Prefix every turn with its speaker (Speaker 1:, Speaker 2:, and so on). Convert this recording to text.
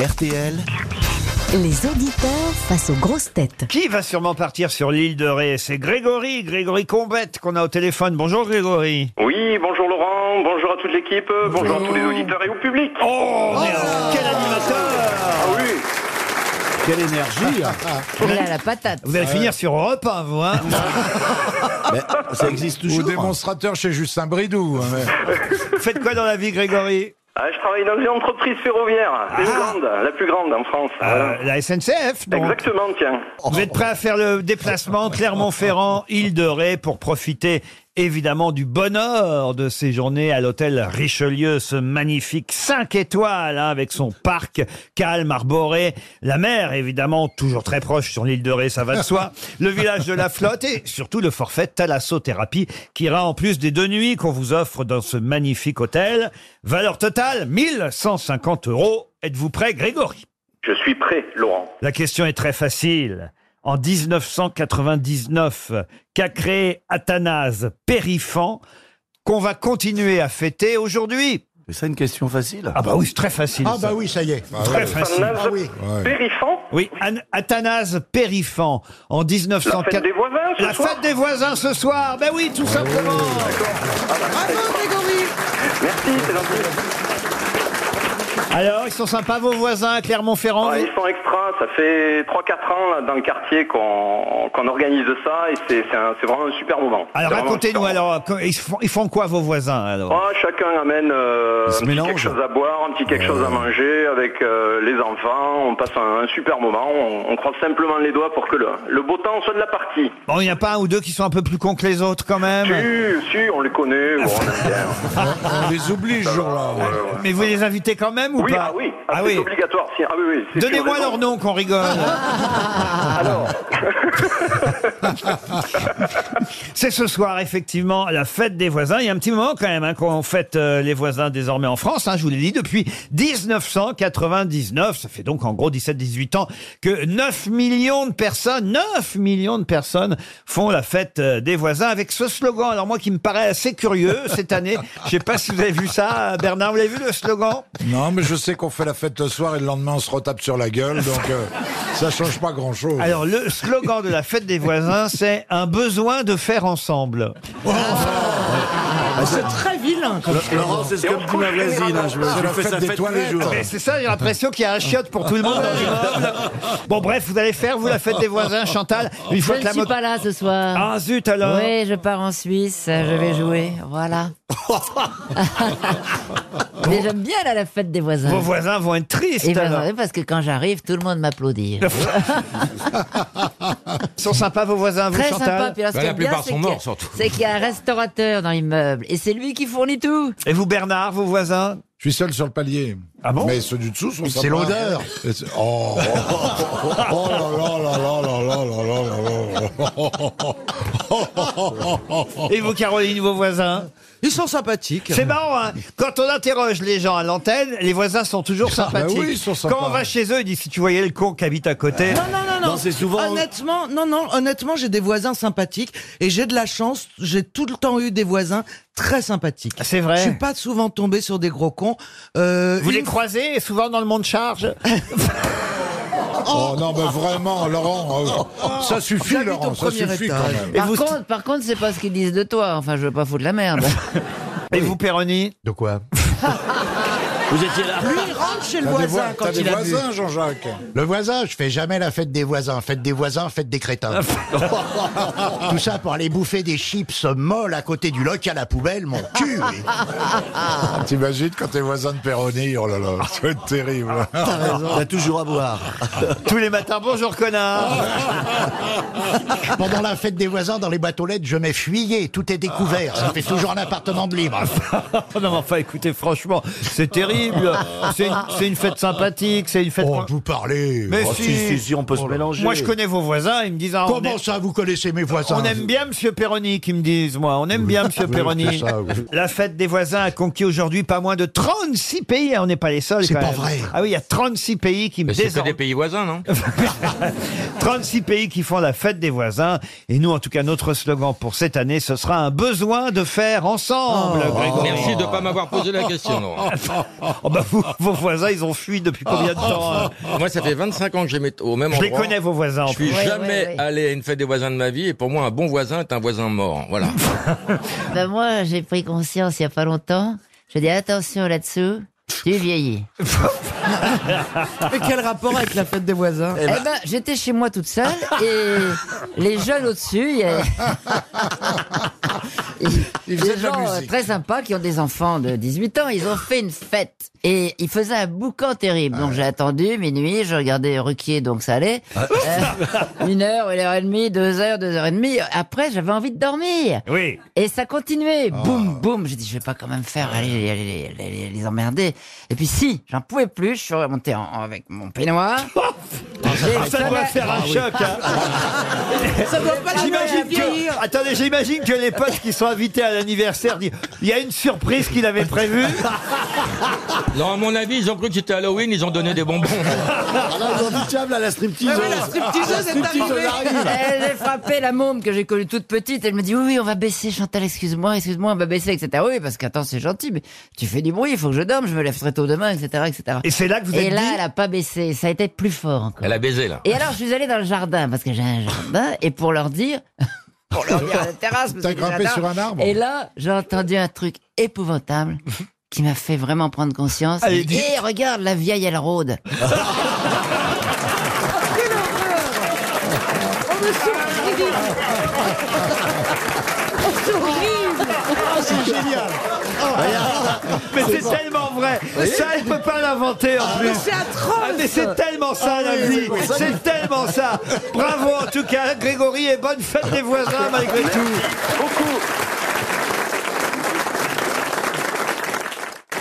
Speaker 1: RTL.
Speaker 2: Les auditeurs face aux grosses têtes.
Speaker 3: Qui va sûrement partir sur l'île de Ré C'est Grégory, Grégory Combette qu'on a au téléphone. Bonjour Grégory.
Speaker 4: Oui, bonjour Laurent, bonjour à toute l'équipe, euh, bonjour à tous les auditeurs et au public.
Speaker 3: Oh, mais alors, quel animateur
Speaker 4: Ah oui,
Speaker 1: Quelle énergie hein.
Speaker 5: Oh
Speaker 2: Il a la patate.
Speaker 3: Vous allez finir sur Europe, hein, vous. hein
Speaker 1: Mais Ça existe
Speaker 6: Ou
Speaker 1: toujours.
Speaker 6: démonstrateur chez Justin Bridou. hein, mais-
Speaker 3: Vous faites quoi dans la vie Grégory
Speaker 4: Ah, je travaille dans une entreprise ferroviaire, une grande, la plus grande en France.
Speaker 3: Euh, La SNCF, donc.
Speaker 4: Exactement, tiens.
Speaker 3: Vous êtes prêt à faire le déplacement Clermont-Ferrand, île de Ré pour profiter évidemment du bonheur de séjourner à l'hôtel Richelieu, ce magnifique 5 étoiles hein, avec son parc calme, arboré, la mer évidemment toujours très proche sur l'île de Ré, ça va de soi, le village de la flotte et surtout le forfait thalassothérapie qui ira en plus des deux nuits qu'on vous offre dans ce magnifique hôtel. Valeur totale 1150 euros. Êtes-vous prêt Grégory
Speaker 4: Je suis prêt, Laurent.
Speaker 3: la question est très facile. En 1999, qu'a créé Athanase Périfan, qu'on va continuer à fêter aujourd'hui
Speaker 7: C'est ça une question facile
Speaker 3: Ah bah oui, c'est très facile.
Speaker 6: Ah
Speaker 3: ça.
Speaker 6: bah oui, ça y est.
Speaker 3: Très facile.
Speaker 4: Athanase
Speaker 6: Ah oui.
Speaker 4: Périfant,
Speaker 3: Oui, An- Athanase Périfan, en
Speaker 4: la
Speaker 3: 1904.
Speaker 4: fête des voisins ce
Speaker 3: La
Speaker 4: soir.
Speaker 3: fête des voisins ce soir Ben oui, tout simplement
Speaker 4: Merci, c'est gentil.
Speaker 3: Alors, ils sont sympas vos voisins à Clermont-Ferrand
Speaker 4: Ah,
Speaker 3: vous
Speaker 4: ils sont extra, ça fait 3-4 ans là, dans le quartier qu'on qu'on organise ça et c'est c'est un- c'est vraiment un super moment.
Speaker 3: Alors
Speaker 4: C'est vraiment un
Speaker 3: racontez-nous
Speaker 4: super moment.
Speaker 3: alors, que- ils font, ils font quoi vos voisins alors
Speaker 4: Ah, chacun amène euh,
Speaker 7: Ils se
Speaker 4: un petit quelque
Speaker 7: mélangent.
Speaker 4: chose à boire, un petit quelque chose à manger avec euh, les enfants. On passe un, un super moment. On, on croise simplement les doigts pour que le, le beau temps soit de la partie.
Speaker 3: Bon, il n'y a pas un ou deux qui sont un peu plus cons que les autres quand même
Speaker 4: Si, si, on les connaît. bon, on aime bien.
Speaker 6: On les oublie ce jour-là. ouais.
Speaker 4: Ouais, ouais.
Speaker 3: Mais vous les invitez quand même ou
Speaker 4: Oui,
Speaker 3: pas
Speaker 4: ah oui, ah,
Speaker 3: Ah
Speaker 4: c'est
Speaker 3: oui.
Speaker 4: obligatoire. si, ah oui, oui, c'est sûr,
Speaker 3: Donnez-moi
Speaker 4: c'est
Speaker 3: leur
Speaker 4: bon.
Speaker 3: nom qu'on rigole. C'est ce soir, effectivement, la fête des voisins. Il y a un petit moment quand même hein, qu'on fête euh, les voisins désormais en France. hein, je vous l'ai dit, depuis 1999, ça fait donc en gros 17-18 ans, que 9 millions de personnes, 9 millions de personnes font la fête euh, des voisins avec ce slogan. Alors moi qui me paraît assez curieux cette année, je sais pas si vous avez vu ça, euh, Bernard, vous l'avez vu le slogan
Speaker 6: Non, mais je sais qu'on fait la fête le soir et le lendemain on se retape sur la gueule, donc euh, ça change pas grand-chose.
Speaker 3: Alors, le slogan de la fête des voisins, c'est un besoin de faire ensemble.
Speaker 6: Oh.
Speaker 7: Laurent, c'est ce que me dit ma voisine. hein, Je,
Speaker 6: C'est
Speaker 7: je
Speaker 6: la
Speaker 7: fais
Speaker 6: fête
Speaker 7: sa
Speaker 6: des
Speaker 7: fête tous
Speaker 6: toilettes.
Speaker 7: les jours.
Speaker 3: Mais c'est ça, j'ai l'impression qu'il y a un chiotte pour tout le monde dans l'immeuble. Bon, bref, vous allez faire, vous, la fête des voisins, Chantal. Une
Speaker 5: Je
Speaker 3: fois que
Speaker 5: ne
Speaker 3: la
Speaker 5: suis
Speaker 3: moto.
Speaker 5: pas là ce soir.
Speaker 3: Ah, zut alors.
Speaker 5: oui, je pars en Suisse, je vais jouer, voilà. Mais j'aime bien là, la fête des voisins.
Speaker 3: Vos voisins vont être
Speaker 5: Et
Speaker 3: tristes.
Speaker 5: ben,
Speaker 3: alors.
Speaker 5: oui, parce que quand j'arrive, tout le monde m'applaudit.
Speaker 3: Ils sont sympas, vos voisins, vous,
Speaker 5: Très sympa.
Speaker 3: Chantal.
Speaker 5: Puis alors, ce
Speaker 8: Bah,
Speaker 5: qui
Speaker 8: la
Speaker 5: est bien,
Speaker 8: plupart
Speaker 5: c'est
Speaker 8: sont
Speaker 5: qu'il y a-
Speaker 8: morts, surtout.
Speaker 5: C'est qu'il y a un restaurateur dans l'immeuble et c'est lui qui fournit tout.
Speaker 3: Et vous, Bernard, vos voisins
Speaker 6: Je suis seul sur le palier.
Speaker 3: Ah bon
Speaker 6: Mais ceux du dessous sont
Speaker 7: C'est l'odeur.
Speaker 6: Et c'est- Oh. oh là là là là là là là là là là
Speaker 3: Et vous, Caroline, vos voisins
Speaker 8: Ils sont sympathiques.
Speaker 3: C'est marrant, hein Quand on interroge les gens à l'antenne, les voisins sont toujours sympathiques.
Speaker 6: Ah, bah oui, ils sont sympas.
Speaker 3: Quand on va chez eux, ils disent si tu voyais le con qui habite à côté.
Speaker 9: Non, non, non, non.
Speaker 7: Non, c'est souvent-
Speaker 9: Honnêtement, non, non, honnêtement, j'ai des voisins sympathiques et j'ai de la chance. J'ai tout le temps eu des voisins très
Speaker 8: Ah,
Speaker 9: sympathiques.
Speaker 3: Ah, C'est vrai.
Speaker 9: Je suis pas souvent tombé sur des gros cons. Euh,
Speaker 3: Vous
Speaker 9: une
Speaker 3: les croisez souvent dans le monde charge
Speaker 6: Oh non, mais vraiment, Laurent, euh, ça suffit,
Speaker 9: J'habite au
Speaker 6: Laurent, ça
Speaker 9: premier
Speaker 6: suffit
Speaker 9: étage.
Speaker 6: quand même.
Speaker 5: Par
Speaker 3: vous-
Speaker 5: contre, par contre, c'est pas ce qu'ils disent de toi. Enfin, je veux pas foutre la merde.
Speaker 3: Et vous, Péroni
Speaker 8: De quoi
Speaker 7: Vous étiez là.
Speaker 9: fois, il rentre chez le
Speaker 6: T'as des,
Speaker 9: voisin
Speaker 6: voi-
Speaker 9: quand
Speaker 6: t'as des
Speaker 9: il a bu.
Speaker 6: voisins, Jean-Jacques.
Speaker 10: Le voisin, je fais jamais la fête des voisins. Fête des voisins, fête des crétins.
Speaker 8: Ah,
Speaker 10: Tout ça pour aller bouffer des chips molles à côté du local à poubelle, mon cul. oui.
Speaker 6: T'imagines quand tes voisins de Péroni, oh là là, ça va être
Speaker 3: Ah,
Speaker 6: terrible.
Speaker 7: T'as toujours à boire.
Speaker 3: Tous les matins, bonjour connard
Speaker 10: Pendant la fête des voisins, dans les boîtes aux lettres, je mets fuyé. Tout est découvert. Ça fait toujours un appartement de libre.
Speaker 3: Oh. Non mais enfin écoutez, franchement, c'est terrible C'est une, c'est une fête sympathique, c'est une fête...
Speaker 10: Oh, vous parlez.
Speaker 3: Mais
Speaker 10: Oh,
Speaker 3: si.
Speaker 7: Si, si, si, on peut se mélanger.
Speaker 3: Moi je connais vos voisins, ils me disent... ah, on,
Speaker 10: Comment
Speaker 3: aime-
Speaker 10: ça, vous connaissez mes voisins
Speaker 3: on aime bien Monsieur Perroni, qu'ils me disent, moi. On aime bien Monsieur Perroni.
Speaker 10: c'est ça, oui.
Speaker 3: La fête des voisins a conquis aujourd'hui pas moins de 36 pays. hein. On n'est pas les seuls
Speaker 10: C'est
Speaker 3: quand
Speaker 10: pas
Speaker 3: même.
Speaker 10: vrai.
Speaker 3: Ah oui, il y a 36 pays qui me
Speaker 8: Mais c'est que
Speaker 3: désormais-
Speaker 8: des pays voisins, non
Speaker 3: 36 pays qui font la fête des voisins. Et nous, en tout cas, notre slogan pour cette année, ce sera un besoin de faire ensemble, Grégory.
Speaker 8: Oh. Merci Oh. de ne pas m'avoir posé la question, Laurent.
Speaker 3: Oh bah, vous- vos voisins, ils ont fui depuis combien de temps hein
Speaker 8: Moi, ça fait 25 ans que j'aimais au même
Speaker 3: Je les
Speaker 8: endroit.
Speaker 3: connais, vos voisins, en
Speaker 8: Je suis
Speaker 3: plus. Ouais,
Speaker 8: jamais
Speaker 5: ouais, ouais.
Speaker 8: allé à une fête des voisins de ma vie, et pour moi, un bon voisin est un voisin mort. Voilà.
Speaker 5: Ben moi, j'ai pris conscience il n'y a pas longtemps. Je dis attention là-dessous, tu vieillis.
Speaker 9: Mais quel rapport avec la fête des voisins
Speaker 5: Eh ben, j'étais chez moi toute seule et les jeunes au-dessus, il y a... Ils-
Speaker 6: Ils faisaient
Speaker 5: des
Speaker 6: de la
Speaker 5: gens euh,
Speaker 6: musique.
Speaker 5: très sympas qui ont des enfants de 18 ans, ils ont fait une fête et ils faisaient un boucan terrible. Donc j'ai attendu minuit, je regardais Ruquier, donc ça allait.
Speaker 6: Ah.
Speaker 5: Euh, une heure, une heure et demie, deux heures, deux heures et demie. Après, j'avais envie de dormir.
Speaker 3: Oui.
Speaker 5: Et ça continuait,
Speaker 3: Ah.
Speaker 5: boum, boum. J'ai dit, je vais pas quand même faire, allez, allez, allez, allez, les emmerder. Et puis si, j'en pouvais plus, je suis remonté en- en- avec mon peignoir. J'ai-
Speaker 3: Ah, Ça doit faire
Speaker 8: Ah
Speaker 3: un choc. hein.
Speaker 9: Ça doit pas
Speaker 3: J'imagine que... Attendez, j'imagine que les potes qui sont invités à l'anniversaire disent il y a une surprise qu'il avait prévue.
Speaker 8: Non, à mon avis, ils ont cru que c'était Halloween, ils ont donné des bonbons.
Speaker 7: à la striptease.
Speaker 9: la stripteaseuse est arrivée.
Speaker 3: Ah,
Speaker 5: Elle j'ai frappé la môme que j'ai connue toute petite. Elle me dit, oui, oui, on va baisser, Chantal, excuse-moi, excuse-moi, on va baisser, etc. Oui, parce qu'attends, c'est gentil, mais tu fais du bruit, il faut que je dorme, je me lève très tôt demain, etc., etc.
Speaker 3: Et c'est là que vous
Speaker 5: Et
Speaker 3: êtes
Speaker 5: là,
Speaker 3: dit Ah.
Speaker 5: elle a pas baissé. Ça a été plus fort encore.
Speaker 8: Elle a baisé, là.
Speaker 5: Et alors, je suis allée dans le jardin, parce que j'ai un jardin, et pour leur dire. Pour leur dire à la terrasse. parce
Speaker 6: T'as
Speaker 5: que
Speaker 6: grimpé
Speaker 5: j'ai
Speaker 6: sur un arbre
Speaker 5: Et là, j'ai entendu un truc épouvantable qui m'a fait vraiment prendre conscience.
Speaker 3: Allez,
Speaker 5: Et
Speaker 3: dis-
Speaker 5: regarde, la vieille, elle rôde.
Speaker 3: Mais c'est tellement vrai. Ça, elle peut pas l'inventer en plus.
Speaker 9: c'est atroce.
Speaker 3: Ah, mais c'est tellement ça la vie. C'est tellement ça. Bravo en tout cas, Grégory, et bonne fête des voisins malgré tout.
Speaker 4: Beaucoup.